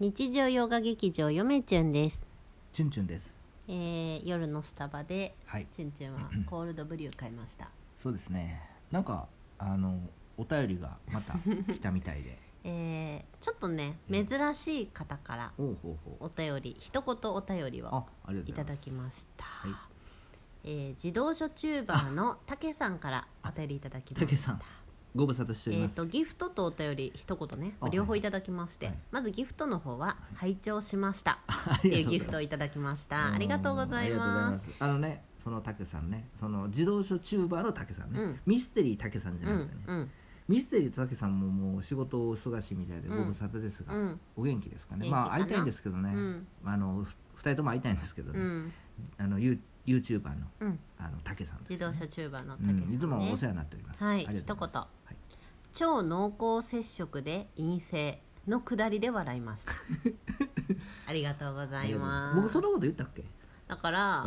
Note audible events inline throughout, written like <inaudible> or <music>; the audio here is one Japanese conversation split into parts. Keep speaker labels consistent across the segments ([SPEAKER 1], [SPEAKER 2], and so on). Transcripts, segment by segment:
[SPEAKER 1] 日常洋画劇場よめちゅんです、
[SPEAKER 2] チュンチュンです
[SPEAKER 1] えー夜のスタバで
[SPEAKER 2] はい
[SPEAKER 1] ちゅんちゅんはコールドブリュー買いました
[SPEAKER 2] そうですねなんかあのお便りがまた来たみたいで
[SPEAKER 1] えーちょっとね
[SPEAKER 2] う
[SPEAKER 1] 珍
[SPEAKER 2] ん
[SPEAKER 1] しい方から
[SPEAKER 2] ほうほうほ
[SPEAKER 1] <laughs> お
[SPEAKER 2] う
[SPEAKER 1] 便り一言お便りを
[SPEAKER 2] あありがと
[SPEAKER 1] いうた
[SPEAKER 2] ござ
[SPEAKER 1] だ
[SPEAKER 2] います
[SPEAKER 1] きました、
[SPEAKER 2] はい
[SPEAKER 1] えー自動書チューバーのたけさんからお便りいただきま
[SPEAKER 2] たけ
[SPEAKER 1] した
[SPEAKER 2] さんご無沙汰しており
[SPEAKER 1] えー、
[SPEAKER 2] ます、
[SPEAKER 1] とギフトとお便り一言ね
[SPEAKER 2] あ
[SPEAKER 1] 両方
[SPEAKER 2] はい
[SPEAKER 1] いただきまして、
[SPEAKER 2] はい
[SPEAKER 1] まずギフトの方は「拝聴しました」
[SPEAKER 2] <laughs> あ
[SPEAKER 1] っ
[SPEAKER 2] り
[SPEAKER 1] ていう
[SPEAKER 2] がとう
[SPEAKER 1] ギ
[SPEAKER 2] ご
[SPEAKER 1] フ
[SPEAKER 2] ざ
[SPEAKER 1] トをい
[SPEAKER 2] います
[SPEAKER 1] ただきましたありがとうござい
[SPEAKER 2] あり
[SPEAKER 1] ます
[SPEAKER 2] がとうございますあのねそのたけさんねその自動車チューバーのたけさんね、
[SPEAKER 1] うん
[SPEAKER 2] ミステリーたけさんじゃ
[SPEAKER 1] う
[SPEAKER 2] なくて
[SPEAKER 1] ん
[SPEAKER 2] ね、
[SPEAKER 1] うん
[SPEAKER 2] ミステリーたけさんももう仕事お忙しいみたいで
[SPEAKER 1] う
[SPEAKER 2] ご
[SPEAKER 1] ん
[SPEAKER 2] 無沙汰ですが、
[SPEAKER 1] うん
[SPEAKER 2] お元気ですかね
[SPEAKER 1] 元気かな
[SPEAKER 2] まあ会いたいんですけどね、
[SPEAKER 1] うん
[SPEAKER 2] あのふ二人とも会いたいんですけど
[SPEAKER 1] う
[SPEAKER 2] ね、
[SPEAKER 1] ん
[SPEAKER 2] あのユーユーチューバーの
[SPEAKER 1] うん
[SPEAKER 2] あのたけさんです、ね、
[SPEAKER 1] 自動車チューバーのたけ
[SPEAKER 2] う
[SPEAKER 1] さん、
[SPEAKER 2] ん、
[SPEAKER 1] ね
[SPEAKER 2] いつもお世話になっております。
[SPEAKER 1] はい
[SPEAKER 2] ありがとうございます
[SPEAKER 1] 超濃厚接触で陰性のくだりで笑いました
[SPEAKER 2] <laughs>
[SPEAKER 1] ありがとうござ
[SPEAKER 2] はい
[SPEAKER 1] いま
[SPEAKER 2] ま。
[SPEAKER 1] すす
[SPEAKER 2] 僕そのこと言ったっけ？
[SPEAKER 1] だ
[SPEAKER 2] <laughs>
[SPEAKER 1] から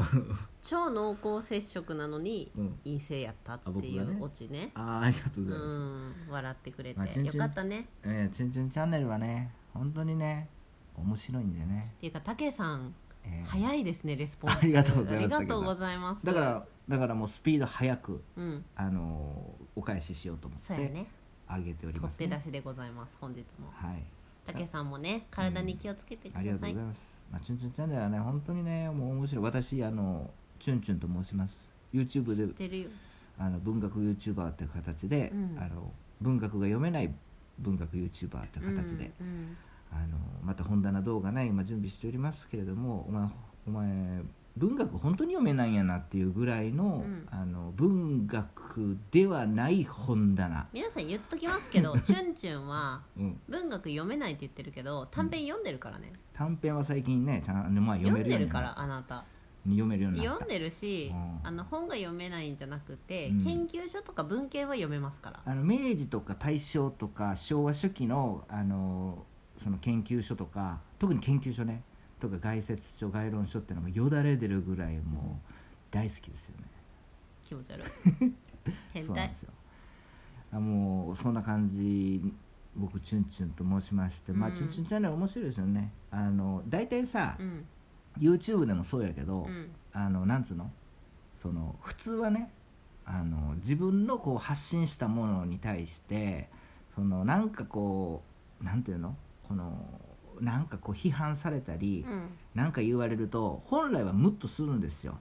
[SPEAKER 1] 超濃厚接触なのに
[SPEAKER 2] うん。
[SPEAKER 1] 陰性やったってい
[SPEAKER 2] あ僕が
[SPEAKER 1] う
[SPEAKER 2] ね
[SPEAKER 1] オチね
[SPEAKER 2] ああありがとう
[SPEAKER 1] う
[SPEAKER 2] ございます。
[SPEAKER 1] ん笑ってくれて、
[SPEAKER 2] まあ全然
[SPEAKER 1] よかったね
[SPEAKER 2] えー、チュンチュンチャンネルはね、本当にね、面白いんでね。
[SPEAKER 1] っていうかたけさん
[SPEAKER 2] えー
[SPEAKER 1] 早いですねレスポンス
[SPEAKER 2] ありがとうございます
[SPEAKER 1] ありがとうございます
[SPEAKER 2] だからだからもうスピード早く
[SPEAKER 1] うん
[SPEAKER 2] あのーお返ししようと思
[SPEAKER 1] そう
[SPEAKER 2] っ
[SPEAKER 1] や
[SPEAKER 2] て
[SPEAKER 1] ね
[SPEAKER 2] あげており
[SPEAKER 1] 取
[SPEAKER 2] ま
[SPEAKER 1] っ
[SPEAKER 2] す、
[SPEAKER 1] 手
[SPEAKER 2] ね。
[SPEAKER 1] 出しでございます本日も
[SPEAKER 2] はい。
[SPEAKER 1] たけさんもね体に気をつけてくだ
[SPEAKER 2] あ
[SPEAKER 1] さい、
[SPEAKER 2] りがとうございます。まあチュンチュンチャンネルはね、本当にね、もう面白い。私あのチュンチュンと申します。YouTube
[SPEAKER 1] 知っ
[SPEAKER 2] で
[SPEAKER 1] てるよ
[SPEAKER 2] あの文学 YouTuber っていう形で、
[SPEAKER 1] うん
[SPEAKER 2] あの文学が読めない文学 YouTuber っていう形で、
[SPEAKER 1] うんうん
[SPEAKER 2] あのまた本棚動画ね今準備しておりますけれどもお前お前文学本当に読めないんやなっていうぐらいの,、
[SPEAKER 1] うん
[SPEAKER 2] あの文学ではない本棚、
[SPEAKER 1] 皆さん言っときますけ
[SPEAKER 2] <laughs>
[SPEAKER 1] どチュンチュンは
[SPEAKER 2] うん、
[SPEAKER 1] 文学読めないって言ってるけど短編読んでるからね、
[SPEAKER 2] 短編は最近ねちゃん、まあ、読
[SPEAKER 1] 読
[SPEAKER 2] め
[SPEAKER 1] ん
[SPEAKER 2] るよ
[SPEAKER 1] で
[SPEAKER 2] う
[SPEAKER 1] る
[SPEAKER 2] にな
[SPEAKER 1] か
[SPEAKER 2] っ
[SPEAKER 1] らあなた
[SPEAKER 2] 読めるようになっ
[SPEAKER 1] 読
[SPEAKER 2] た
[SPEAKER 1] んでるし、
[SPEAKER 2] うん
[SPEAKER 1] あの本が読めないんじゃなくて、
[SPEAKER 2] うん
[SPEAKER 1] 研究所とか文献は読めますから、
[SPEAKER 2] あの明治とか大正とか昭和初期のあのその研究所とか特に研究所ねとか概説書概論書ってのがよだれ出るぐらいもう大好きですよね
[SPEAKER 1] 気持ち悪い
[SPEAKER 2] <laughs>
[SPEAKER 1] 変
[SPEAKER 2] そうなん
[SPEAKER 1] 態
[SPEAKER 2] ですよあもうそんな感じ僕チュンチュンと申しまして、ま
[SPEAKER 1] う
[SPEAKER 2] あ
[SPEAKER 1] ん
[SPEAKER 2] チュンチュンチャンネル面白いですよねあの大体さ、
[SPEAKER 1] うん
[SPEAKER 2] YouTube でもそうやけ
[SPEAKER 1] う
[SPEAKER 2] ど、
[SPEAKER 1] ん
[SPEAKER 2] あのなんつうのその普通はねあの自分のこう発信したものに対してそのなんかこうなんていうのこのなんかこう批判されたり、
[SPEAKER 1] うん
[SPEAKER 2] なんか言われると本来はムッとするんですよ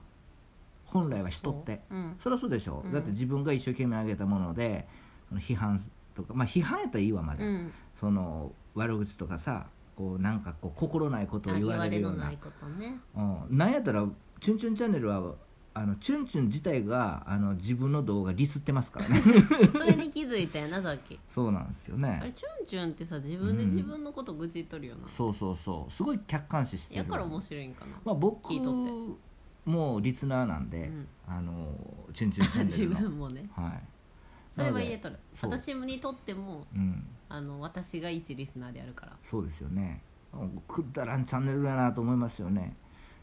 [SPEAKER 2] 本来は人って
[SPEAKER 1] そううん
[SPEAKER 2] そりゃそうでしょ、
[SPEAKER 1] うん
[SPEAKER 2] だって自分が一生懸命上げたものでその批判とかまあ批判やったらいいわまだ、
[SPEAKER 1] うん
[SPEAKER 2] その悪口とかさこうなんかこう心ないことを
[SPEAKER 1] あ
[SPEAKER 2] 言
[SPEAKER 1] 言
[SPEAKER 2] わ
[SPEAKER 1] わ
[SPEAKER 2] れ
[SPEAKER 1] れ
[SPEAKER 2] るよ
[SPEAKER 1] の
[SPEAKER 2] うな
[SPEAKER 1] ないことね
[SPEAKER 2] <laughs> うん、なんやったら「チュンチュンチャンネルは」あのチュンチュン自体があの自分の動画リスってますからね
[SPEAKER 1] <laughs> それに気づいたよなさっき
[SPEAKER 2] そうなんですよ
[SPEAKER 1] あれ
[SPEAKER 2] ね
[SPEAKER 1] チュンチュンってさ自分で自分のこと愚痴っとるよな、
[SPEAKER 2] そうそうそうすごい客観視してる
[SPEAKER 1] やから面白いんかな、
[SPEAKER 2] まあ、僕
[SPEAKER 1] 聞いと
[SPEAKER 2] もリスナーなんで、
[SPEAKER 1] うん
[SPEAKER 2] あのチュンチュンチャンネ
[SPEAKER 1] <laughs> 自
[SPEAKER 2] ルの
[SPEAKER 1] 分もね
[SPEAKER 2] はい
[SPEAKER 1] それは
[SPEAKER 2] なので
[SPEAKER 1] 言えとる
[SPEAKER 2] そう
[SPEAKER 1] 私にとっても
[SPEAKER 2] うん
[SPEAKER 1] あの私が一リスナーであるから
[SPEAKER 2] そうですよねくだらんチャンネルだなと思いますよね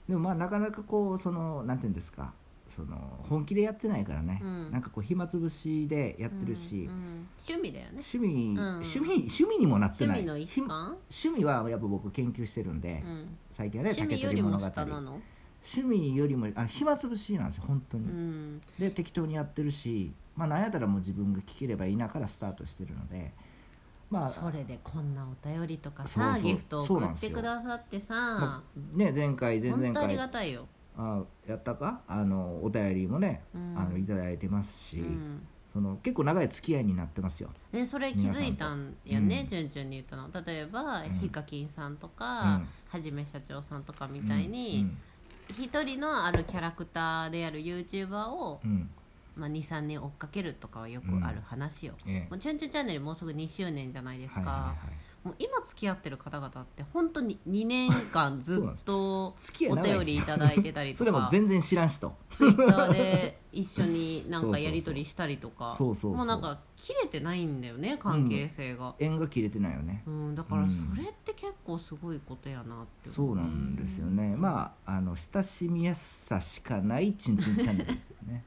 [SPEAKER 2] でもまあなかなかこうそのなんていうんですかその本気でやってないからね、
[SPEAKER 1] うん
[SPEAKER 2] なんかこう暇つぶしでやってる
[SPEAKER 1] うん
[SPEAKER 2] し、
[SPEAKER 1] うん趣味だよね
[SPEAKER 2] 趣味、趣味
[SPEAKER 1] うん
[SPEAKER 2] 趣味にもなって
[SPEAKER 1] 趣
[SPEAKER 2] な
[SPEAKER 1] 味の
[SPEAKER 2] い
[SPEAKER 1] 一環、
[SPEAKER 2] 趣味はやっぱ僕研究してるんで、
[SPEAKER 1] うん、
[SPEAKER 2] 最近はね
[SPEAKER 1] 趣味よりも下な
[SPEAKER 2] 物語
[SPEAKER 1] の、
[SPEAKER 2] 趣味よりもあ暇つぶしなんですよ本当
[SPEAKER 1] う
[SPEAKER 2] に、
[SPEAKER 1] ん、
[SPEAKER 2] で適当にやってるしまあなんやったらもう自分が聞ければいいなからスタートしてるのでまあ
[SPEAKER 1] それでこんなお便りとかさ
[SPEAKER 2] そうそう
[SPEAKER 1] ギフト
[SPEAKER 2] そう
[SPEAKER 1] 送
[SPEAKER 2] なん
[SPEAKER 1] っ
[SPEAKER 2] です
[SPEAKER 1] て
[SPEAKER 2] よ
[SPEAKER 1] くださってさ
[SPEAKER 2] ま、ね前回前
[SPEAKER 1] 本
[SPEAKER 2] 々
[SPEAKER 1] 当あり
[SPEAKER 2] 回
[SPEAKER 1] がたいよ、
[SPEAKER 2] あやったかあのお便りもね、
[SPEAKER 1] うん
[SPEAKER 2] あのいただいてますし、
[SPEAKER 1] うん
[SPEAKER 2] その結構長い付き合いになってますよ、
[SPEAKER 1] でそれ気づいたんやね、
[SPEAKER 2] 皆さん
[SPEAKER 1] 順
[SPEAKER 2] と
[SPEAKER 1] 々に言ったの例えば、
[SPEAKER 2] うん
[SPEAKER 1] ヒカキンさんと
[SPEAKER 2] う
[SPEAKER 1] か、
[SPEAKER 2] ん、
[SPEAKER 1] はじめ社長さんとかみたい
[SPEAKER 2] うん
[SPEAKER 1] に一、人のあるキャラクターである YouTuber を、
[SPEAKER 2] うん、うん
[SPEAKER 1] まあ、23年追っかけるとかはよくある話よ、
[SPEAKER 2] ええ
[SPEAKER 1] もうチュンチュンチャンネルもうすぐ2周年じゃないですか、
[SPEAKER 2] はいはいはい
[SPEAKER 1] もう今付き合ってる方々って本当に2年間ずっ
[SPEAKER 2] <laughs>
[SPEAKER 1] と
[SPEAKER 2] 付き
[SPEAKER 1] お
[SPEAKER 2] 合い長い
[SPEAKER 1] 便りいただいてたり
[SPEAKER 2] <laughs> そ
[SPEAKER 1] と
[SPEAKER 2] れも
[SPEAKER 1] か
[SPEAKER 2] 全然知らん人
[SPEAKER 1] ツイッターで一緒になんかやり取りしたりとか
[SPEAKER 2] <laughs> そうそうそうそうそうそう
[SPEAKER 1] もうなんか切れてないんだよね関係性が、
[SPEAKER 2] 縁が切れてないよね
[SPEAKER 1] うん、だから
[SPEAKER 2] うん
[SPEAKER 1] それって結構すごいことやなって
[SPEAKER 2] そうなんですよねまああの親しみやすさしかないチュンチュンチャンネルですよね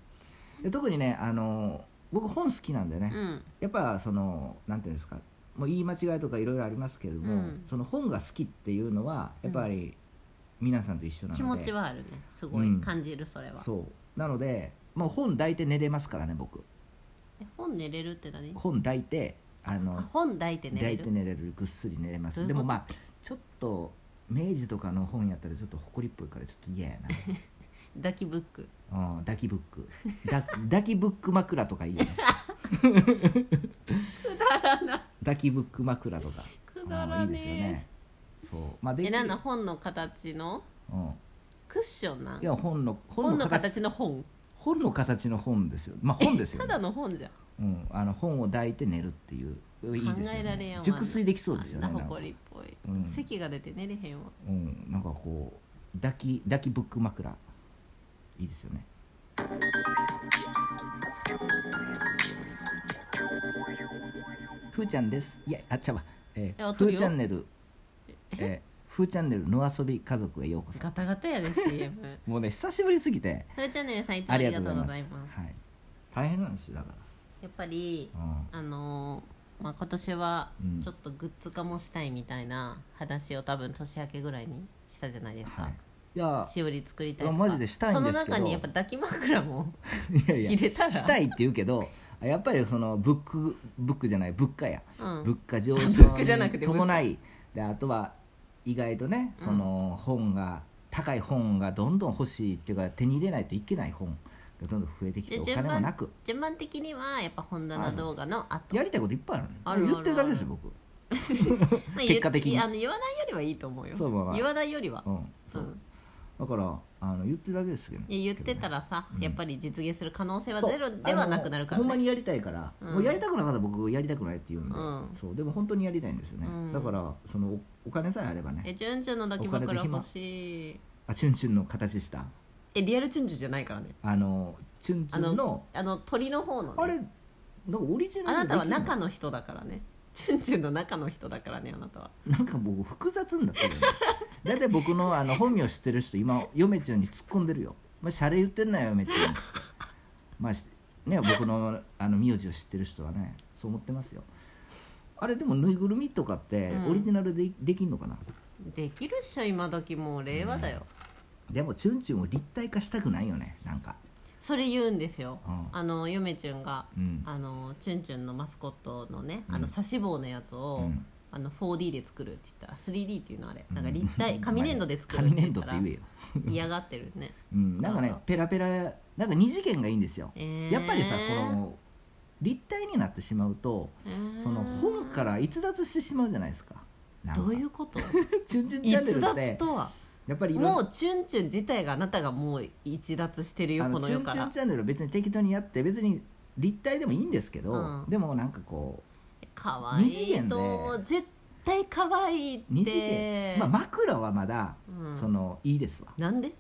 [SPEAKER 2] で特にねあの僕本好きなんで
[SPEAKER 1] あ
[SPEAKER 2] ね、
[SPEAKER 1] うん
[SPEAKER 2] やっぱそのなんていうんですかもう言い間違いとかいろいろありますけれども、
[SPEAKER 1] うん
[SPEAKER 2] その本が好きっていうのはやっぱり皆さんと一緒なの
[SPEAKER 1] 気
[SPEAKER 2] で、
[SPEAKER 1] 持ちはあるねすご
[SPEAKER 2] うん
[SPEAKER 1] い感じるそれは、
[SPEAKER 2] そうなので、まあ、本抱いて寝れますからね僕
[SPEAKER 1] え本寝れるって何
[SPEAKER 2] 本抱いてあの
[SPEAKER 1] あ本抱いて寝
[SPEAKER 2] 抱
[SPEAKER 1] れ
[SPEAKER 2] い
[SPEAKER 1] る
[SPEAKER 2] て寝れるぐっすり寝れ
[SPEAKER 1] ど
[SPEAKER 2] ま
[SPEAKER 1] う
[SPEAKER 2] す
[SPEAKER 1] いう
[SPEAKER 2] で
[SPEAKER 1] こと
[SPEAKER 2] もまあちょっと明治とかの本やったらちょっと埃っぽいからちょっと嫌や
[SPEAKER 1] 抱きブック <laughs>
[SPEAKER 2] な、うん、抱きブックだ抱きブック枕とかいいね抱きブック枕とか
[SPEAKER 1] く
[SPEAKER 2] うん
[SPEAKER 1] だら
[SPEAKER 2] いい
[SPEAKER 1] ね
[SPEAKER 2] ですよねそうまあで
[SPEAKER 1] え
[SPEAKER 2] きる
[SPEAKER 1] なんだ本の形の
[SPEAKER 2] うん
[SPEAKER 1] クッションなん
[SPEAKER 2] いや本の本
[SPEAKER 1] 本
[SPEAKER 2] の
[SPEAKER 1] の
[SPEAKER 2] 形
[SPEAKER 1] 形の本
[SPEAKER 2] 本の形の本ですよまあ本ですよ、
[SPEAKER 1] た
[SPEAKER 2] ね、
[SPEAKER 1] だの本じゃん
[SPEAKER 2] うん、あの本を抱いて寝るっていういいです
[SPEAKER 1] 考
[SPEAKER 2] よ
[SPEAKER 1] えられん
[SPEAKER 2] ね
[SPEAKER 1] わ
[SPEAKER 2] 熟睡できそうですよね
[SPEAKER 1] あん
[SPEAKER 2] な
[SPEAKER 1] なん
[SPEAKER 2] か
[SPEAKER 1] 誇りっぽい、
[SPEAKER 2] うん
[SPEAKER 1] 咳が出て寝れへんわ
[SPEAKER 2] うん、なんかこう抱き抱きブック枕いいですよねふーちゃんですいやあっちゃうわ、え
[SPEAKER 1] えあ
[SPEAKER 2] ー、
[SPEAKER 1] 撮
[SPEAKER 2] ふ
[SPEAKER 1] る
[SPEAKER 2] ー
[SPEAKER 1] よ
[SPEAKER 2] チャンネルえー、ふーチャンネルの遊び家族へようこそ
[SPEAKER 1] ガタガタやで CM <laughs>
[SPEAKER 2] もうね久しぶりすぎて
[SPEAKER 1] ふーチャンネルさんいつも
[SPEAKER 2] あ
[SPEAKER 1] あ
[SPEAKER 2] り
[SPEAKER 1] り
[SPEAKER 2] がと
[SPEAKER 1] が
[SPEAKER 2] うご
[SPEAKER 1] と
[SPEAKER 2] ざいう
[SPEAKER 1] ご
[SPEAKER 2] ます
[SPEAKER 1] ざいます
[SPEAKER 2] はい、大変なんですよだか
[SPEAKER 1] やっぱり
[SPEAKER 2] ら、うん、
[SPEAKER 1] あのーまあ、今年は
[SPEAKER 2] うん
[SPEAKER 1] ちょっとグッズ化もしたいみたいな話を多分年明けぐらいにしたじゃないですか、
[SPEAKER 2] はい、いや
[SPEAKER 1] しおり作りたいと
[SPEAKER 2] い
[SPEAKER 1] か
[SPEAKER 2] やマジでしたいんですけど
[SPEAKER 1] その中にやっぱ抱き枕も
[SPEAKER 2] いやい
[SPEAKER 1] <laughs> 入
[SPEAKER 2] や
[SPEAKER 1] れたら
[SPEAKER 2] したいって言うけどやっぱりそのブックブックじゃない物価や
[SPEAKER 1] うん、
[SPEAKER 2] 物価
[SPEAKER 1] <laughs>
[SPEAKER 2] 上
[SPEAKER 1] ブッ
[SPEAKER 2] 昇
[SPEAKER 1] クじゃなくて
[SPEAKER 2] に伴いであとは意外とね
[SPEAKER 1] うん
[SPEAKER 2] その本が、高い本がどんどん欲しいっていうか手に入れないといけない本がどんどん増えてきて
[SPEAKER 1] で
[SPEAKER 2] お金
[SPEAKER 1] 順番
[SPEAKER 2] もなく
[SPEAKER 1] 順番的にはやっぱ本
[SPEAKER 2] あ
[SPEAKER 1] 棚
[SPEAKER 2] そう
[SPEAKER 1] 動画の後
[SPEAKER 2] やりたいこといっぱいあるの
[SPEAKER 1] あるある
[SPEAKER 2] 言ってるだけですよ僕
[SPEAKER 1] まあ
[SPEAKER 2] 結果的に
[SPEAKER 1] 言っあの言わないよりはいいと思うよ
[SPEAKER 2] そうまあまあ
[SPEAKER 1] 言わないよりは、
[SPEAKER 2] うん
[SPEAKER 1] う、
[SPEAKER 2] そうんだからあの言ってるだけですけどね
[SPEAKER 1] いや言ってたらさ、
[SPEAKER 2] うん
[SPEAKER 1] やっぱり実現する可能性は
[SPEAKER 2] そう
[SPEAKER 1] ゼロではなくなるか
[SPEAKER 2] あのほん
[SPEAKER 1] ら
[SPEAKER 2] ま
[SPEAKER 1] ね
[SPEAKER 2] にやりたいから、
[SPEAKER 1] うん
[SPEAKER 2] もうやりたくなかったら僕やりたくないって言うんで、
[SPEAKER 1] うん
[SPEAKER 2] そうでも本当にやりたいんですよね、
[SPEAKER 1] うん
[SPEAKER 2] だからそのおお金さえあればね
[SPEAKER 1] えチュンチュンの抱き
[SPEAKER 2] お金
[SPEAKER 1] 枕
[SPEAKER 2] で暇
[SPEAKER 1] 欲しい
[SPEAKER 2] あチュンチュンの形した
[SPEAKER 1] えリアルチュンチュンじゃないからね
[SPEAKER 2] あのチュンチュンのあ
[SPEAKER 1] あの鳥の方の、ね、
[SPEAKER 2] れなんかオリジナ
[SPEAKER 1] あな
[SPEAKER 2] ル
[SPEAKER 1] たは
[SPEAKER 2] できい
[SPEAKER 1] 中の人だからねチュンチュンの中の人だからねあなたは
[SPEAKER 2] なんか僕複雑になってるよね <laughs> だって僕のあの本名知ってる人今嫁ちゃんに突っ込んでるよまあシャレ言ってんなよ嫁ちゃんっつってまあしね僕のあの名字を知ってる人はねそう思ってますよあれでもぬいぐるみとかって
[SPEAKER 1] うん
[SPEAKER 2] オリジナルでできんのかな、
[SPEAKER 1] できるっしょ今時もう令和だよ、
[SPEAKER 2] でもチュンチュンを立体化したくないよねなんか
[SPEAKER 1] それ言うんですよ
[SPEAKER 2] うん
[SPEAKER 1] あのゆめちゅんが
[SPEAKER 2] うん
[SPEAKER 1] あのチュンチュンのマスコットのね、
[SPEAKER 2] うん
[SPEAKER 1] あの刺し棒のやつを、
[SPEAKER 2] うん
[SPEAKER 1] あの 4D で作るって言ったら 3D っていうのあれ
[SPEAKER 2] うん
[SPEAKER 1] なんか立体紙粘土で作る
[SPEAKER 2] 紙
[SPEAKER 1] って言
[SPEAKER 2] 粘
[SPEAKER 1] っ
[SPEAKER 2] 土
[SPEAKER 1] た
[SPEAKER 2] って
[SPEAKER 1] ら
[SPEAKER 2] 言えよ、
[SPEAKER 1] 嫌がってるね、
[SPEAKER 2] うん、なんかねペラペラなんか二次元がいいんですよ
[SPEAKER 1] えー
[SPEAKER 2] やっぱりさこの立体になってしまうとその本から逸脱してしまうじゃないですかなんか
[SPEAKER 1] どういうこと
[SPEAKER 2] チュンチュンチャンネ
[SPEAKER 1] 逸
[SPEAKER 2] ルっ
[SPEAKER 1] 脱
[SPEAKER 2] て
[SPEAKER 1] とは
[SPEAKER 2] やっぱりいろん
[SPEAKER 1] もうチュンチュン自体があなたがもう逸脱してるよ
[SPEAKER 2] あ
[SPEAKER 1] こ
[SPEAKER 2] の
[SPEAKER 1] の
[SPEAKER 2] チュ
[SPEAKER 1] 世
[SPEAKER 2] ン
[SPEAKER 1] か
[SPEAKER 2] チュン
[SPEAKER 1] ら
[SPEAKER 2] チャンネル別に適当にやって別に立体でもいいんですけど、
[SPEAKER 1] うん
[SPEAKER 2] でもなんかこ
[SPEAKER 1] かわい
[SPEAKER 2] 二次
[SPEAKER 1] い
[SPEAKER 2] 元で
[SPEAKER 1] と絶対かわいいっ
[SPEAKER 2] う二次
[SPEAKER 1] て
[SPEAKER 2] 元、まあ、枕はまだ、
[SPEAKER 1] うん
[SPEAKER 2] そのいいですわ
[SPEAKER 1] なん
[SPEAKER 2] <laughs>
[SPEAKER 1] で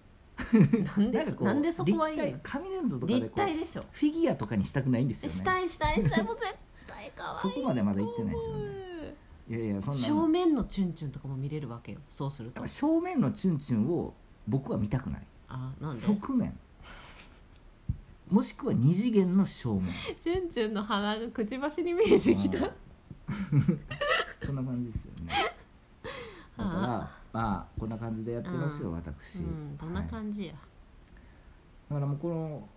[SPEAKER 1] なんで
[SPEAKER 2] かこう
[SPEAKER 1] なんでそこはいいの
[SPEAKER 2] 立体紙粘土とかで
[SPEAKER 1] 立
[SPEAKER 2] こう
[SPEAKER 1] 体でしょ
[SPEAKER 2] フィギュアとかにしたくないんですよね
[SPEAKER 1] したいしたいしたいもう絶対かわいい
[SPEAKER 2] そこまでまだ行ってないですよねいやいやそんな
[SPEAKER 1] 正面のチュンチュンとかも見れるわけよそうすると
[SPEAKER 2] だから正面のチュンチュンを僕は見たくない
[SPEAKER 1] あなんで
[SPEAKER 2] 側面もしくは二次元の正面
[SPEAKER 1] チュンチュンの鼻がくちばしに見えてき
[SPEAKER 2] う
[SPEAKER 1] た
[SPEAKER 2] んそんな感じですよねだから
[SPEAKER 1] <laughs> あ
[SPEAKER 2] まあこんな感じでやってますよ、
[SPEAKER 1] うん
[SPEAKER 2] 私、
[SPEAKER 1] うんどんな
[SPEAKER 2] はい
[SPEAKER 1] 感じや、
[SPEAKER 2] だからもうこの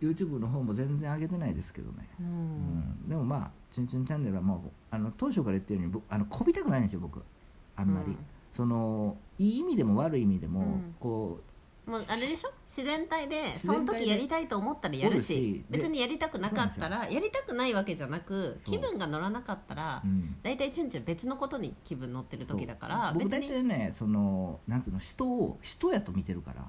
[SPEAKER 2] YouTube の方も全然上げてないですけどね、
[SPEAKER 1] う
[SPEAKER 2] うんんでもまあ「チュンチュンチャンネルは」もうあの当初から言ってるように僕あのこびたくないんですよ僕あんまり、そのいい意味でも悪い意味でも、
[SPEAKER 1] うん
[SPEAKER 2] こ
[SPEAKER 1] もうあれでしょ自然体で
[SPEAKER 2] 自
[SPEAKER 1] その
[SPEAKER 2] 然体で
[SPEAKER 1] 時やりたいと思ったらやるし
[SPEAKER 2] おるしで
[SPEAKER 1] 別にやりたくなかったらやりたくないわけじゃなく
[SPEAKER 2] そ
[SPEAKER 1] 気
[SPEAKER 2] う
[SPEAKER 1] 分が乗らなかったら
[SPEAKER 2] う、うん、
[SPEAKER 1] 大体チュンチュン別のことに気分乗ってる時だから
[SPEAKER 2] そう僕
[SPEAKER 1] 別
[SPEAKER 2] 大
[SPEAKER 1] に
[SPEAKER 2] 体ねそのなんつうの人を人やと見てるから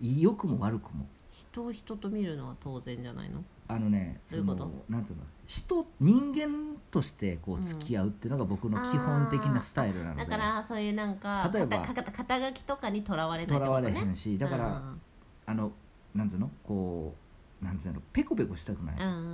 [SPEAKER 2] 良くも悪くも
[SPEAKER 1] 人を人と見るのは当然じゃないの
[SPEAKER 2] あのねそ
[SPEAKER 1] どういう
[SPEAKER 2] の
[SPEAKER 1] こと
[SPEAKER 2] なんつうの人人間としてこ
[SPEAKER 1] うん
[SPEAKER 2] う付き合うっていうのが僕の基本的なスタイルなので
[SPEAKER 1] だからそういうなんか
[SPEAKER 2] 例えば
[SPEAKER 1] 肩肩肩書きとかにとらわれない
[SPEAKER 2] と
[SPEAKER 1] って
[SPEAKER 2] ら
[SPEAKER 1] こ
[SPEAKER 2] わ
[SPEAKER 1] と
[SPEAKER 2] れへ
[SPEAKER 1] ね
[SPEAKER 2] んしだから、あのなんつうのこうなんつうのペコペコしたくない
[SPEAKER 1] うんうんうんう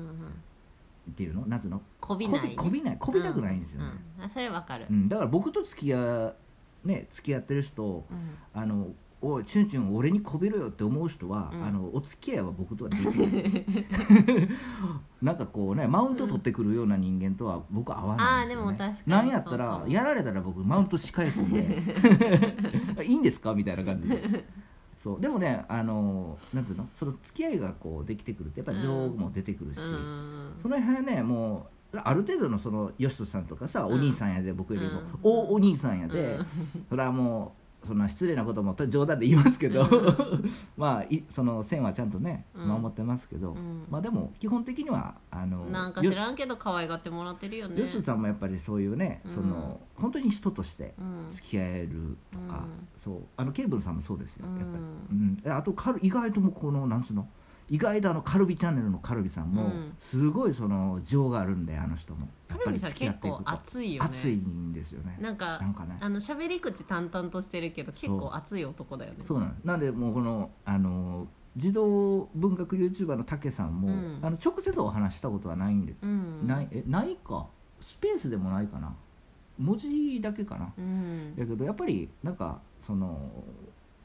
[SPEAKER 1] ん
[SPEAKER 2] っていうのなんつうの
[SPEAKER 1] こび
[SPEAKER 2] こ
[SPEAKER 1] ない
[SPEAKER 2] びこびないこびたくないんですよね、
[SPEAKER 1] うんうんあそれわかる
[SPEAKER 2] うんだから僕と付き合うね付き合ってる人
[SPEAKER 1] うん
[SPEAKER 2] あのおいチュンチュン俺にこびろよって思う人は、
[SPEAKER 1] うん
[SPEAKER 2] あのお付き合いは僕とはできない
[SPEAKER 1] <laughs>
[SPEAKER 2] なんかこうねマウント取ってくるような人間とは僕は合わないんですよ、
[SPEAKER 1] あ
[SPEAKER 2] ね
[SPEAKER 1] ーでも確かに
[SPEAKER 2] なんやった
[SPEAKER 1] そう
[SPEAKER 2] ら
[SPEAKER 1] かも
[SPEAKER 2] やられたら僕マウントし返すんで
[SPEAKER 1] <laughs>
[SPEAKER 2] いいんですかみたいな感じでそうでもねあのなんつうのその付き合いがこうできてくるとやっぱ情も出てくるし、
[SPEAKER 1] うん
[SPEAKER 2] その辺はねもうある程度のそのよしとさんとかさ、
[SPEAKER 1] うん
[SPEAKER 2] お兄さんやで僕よりも、
[SPEAKER 1] うん
[SPEAKER 2] おお兄さんやで、
[SPEAKER 1] うん
[SPEAKER 2] それはもうそんな失礼なことも冗談で言いますけど、
[SPEAKER 1] うん
[SPEAKER 2] <laughs> まあいその線はちゃんとね
[SPEAKER 1] うん
[SPEAKER 2] 守ってますけど、
[SPEAKER 1] うん
[SPEAKER 2] まあでも基本的にはあの
[SPEAKER 1] なんか
[SPEAKER 2] よ
[SPEAKER 1] 知らんけど可愛がってもらってるよね
[SPEAKER 2] よしとさんもやっぱりそういうねその、本当に人として
[SPEAKER 1] うん
[SPEAKER 2] 付き合えると
[SPEAKER 1] う
[SPEAKER 2] か、
[SPEAKER 1] ん
[SPEAKER 2] そうあのケイブンさんもそうですよやっぱり、
[SPEAKER 1] う
[SPEAKER 2] うんあとカル意外ともこのなんつうの意外とあのカルビチャンネルのカルビさんも、
[SPEAKER 1] うん
[SPEAKER 2] すごいその情があるんであの人もやっぱ
[SPEAKER 1] カル
[SPEAKER 2] り
[SPEAKER 1] ビさ
[SPEAKER 2] 付
[SPEAKER 1] ん
[SPEAKER 2] き合
[SPEAKER 1] 結
[SPEAKER 2] ってい
[SPEAKER 1] 構
[SPEAKER 2] くと
[SPEAKER 1] 熱いよね
[SPEAKER 2] 熱いんですよね
[SPEAKER 1] なんか
[SPEAKER 2] なんかね
[SPEAKER 1] あの喋り口淡々としてるけど結
[SPEAKER 2] そ
[SPEAKER 1] 構
[SPEAKER 2] う
[SPEAKER 1] 熱い男だよね
[SPEAKER 2] そうなんですなんでもうこのあの児童文学 YouTuber のたけさんも、
[SPEAKER 1] うん
[SPEAKER 2] あの直接お話したことはないんです、
[SPEAKER 1] うん
[SPEAKER 2] ないえないかスペースでもないかな文字だけかな、
[SPEAKER 1] うん
[SPEAKER 2] だけどやっぱりなんかその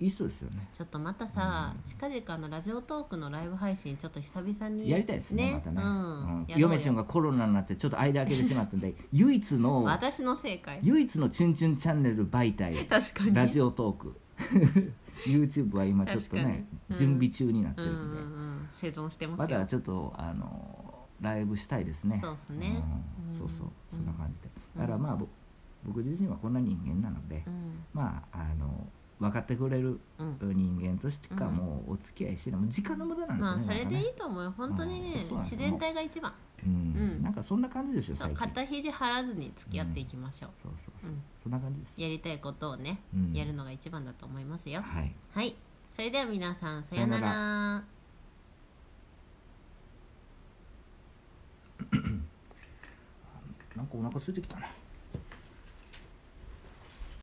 [SPEAKER 2] いい人ですよね
[SPEAKER 1] ちょっとまたさ、近々のラジオトークのライブ配信ちょっと久々に
[SPEAKER 2] やりたいですねまたね、
[SPEAKER 1] うん
[SPEAKER 2] うん
[SPEAKER 1] やろうよ
[SPEAKER 2] 嫁ちゃんがコロナになってちょっと間空けてしまった
[SPEAKER 1] <laughs>
[SPEAKER 2] んで唯一の
[SPEAKER 1] 私の正解
[SPEAKER 2] 唯一の「チュンチュンチャンネル」媒体
[SPEAKER 1] 確かに
[SPEAKER 2] ラジオトーク <laughs> YouTube は今ちょっと
[SPEAKER 1] 確かに
[SPEAKER 2] ね、
[SPEAKER 1] うん
[SPEAKER 2] 準備中になって
[SPEAKER 1] うんう
[SPEAKER 2] る
[SPEAKER 1] ん
[SPEAKER 2] んで、
[SPEAKER 1] うん生存してま
[SPEAKER 2] ます
[SPEAKER 1] よ
[SPEAKER 2] だちょっとあのライブしたいですね
[SPEAKER 1] そうっすね
[SPEAKER 2] うん
[SPEAKER 1] うん
[SPEAKER 2] そうそう
[SPEAKER 1] う
[SPEAKER 2] そ
[SPEAKER 1] ん
[SPEAKER 2] んな感じで、
[SPEAKER 1] うん
[SPEAKER 2] だからまあぼ僕自身はこんな人間なので、
[SPEAKER 1] うん
[SPEAKER 2] まああの分かってくれる
[SPEAKER 1] うん
[SPEAKER 2] 人間としか
[SPEAKER 1] うん
[SPEAKER 2] もうお付き合いしてるもう時間の無駄なんですよ
[SPEAKER 1] まあ
[SPEAKER 2] ね,なん
[SPEAKER 1] そ
[SPEAKER 2] かね、
[SPEAKER 1] れでいいと思うよ本当にね
[SPEAKER 2] うんそうなんです
[SPEAKER 1] 自然体が一番
[SPEAKER 2] うん
[SPEAKER 1] うん
[SPEAKER 2] なんかそんな感じですよ
[SPEAKER 1] そう
[SPEAKER 2] 最近
[SPEAKER 1] 肩肘張らずに付き合っていきましょう
[SPEAKER 2] そうそうそう、
[SPEAKER 1] うん
[SPEAKER 2] そんな感じです
[SPEAKER 1] やりたいことをね
[SPEAKER 2] うん
[SPEAKER 1] やるのが一番だと思いますよ
[SPEAKER 2] はい
[SPEAKER 1] はいそれでは皆さんさような
[SPEAKER 2] さよう
[SPEAKER 1] ら
[SPEAKER 2] なんかお腹空いてきたな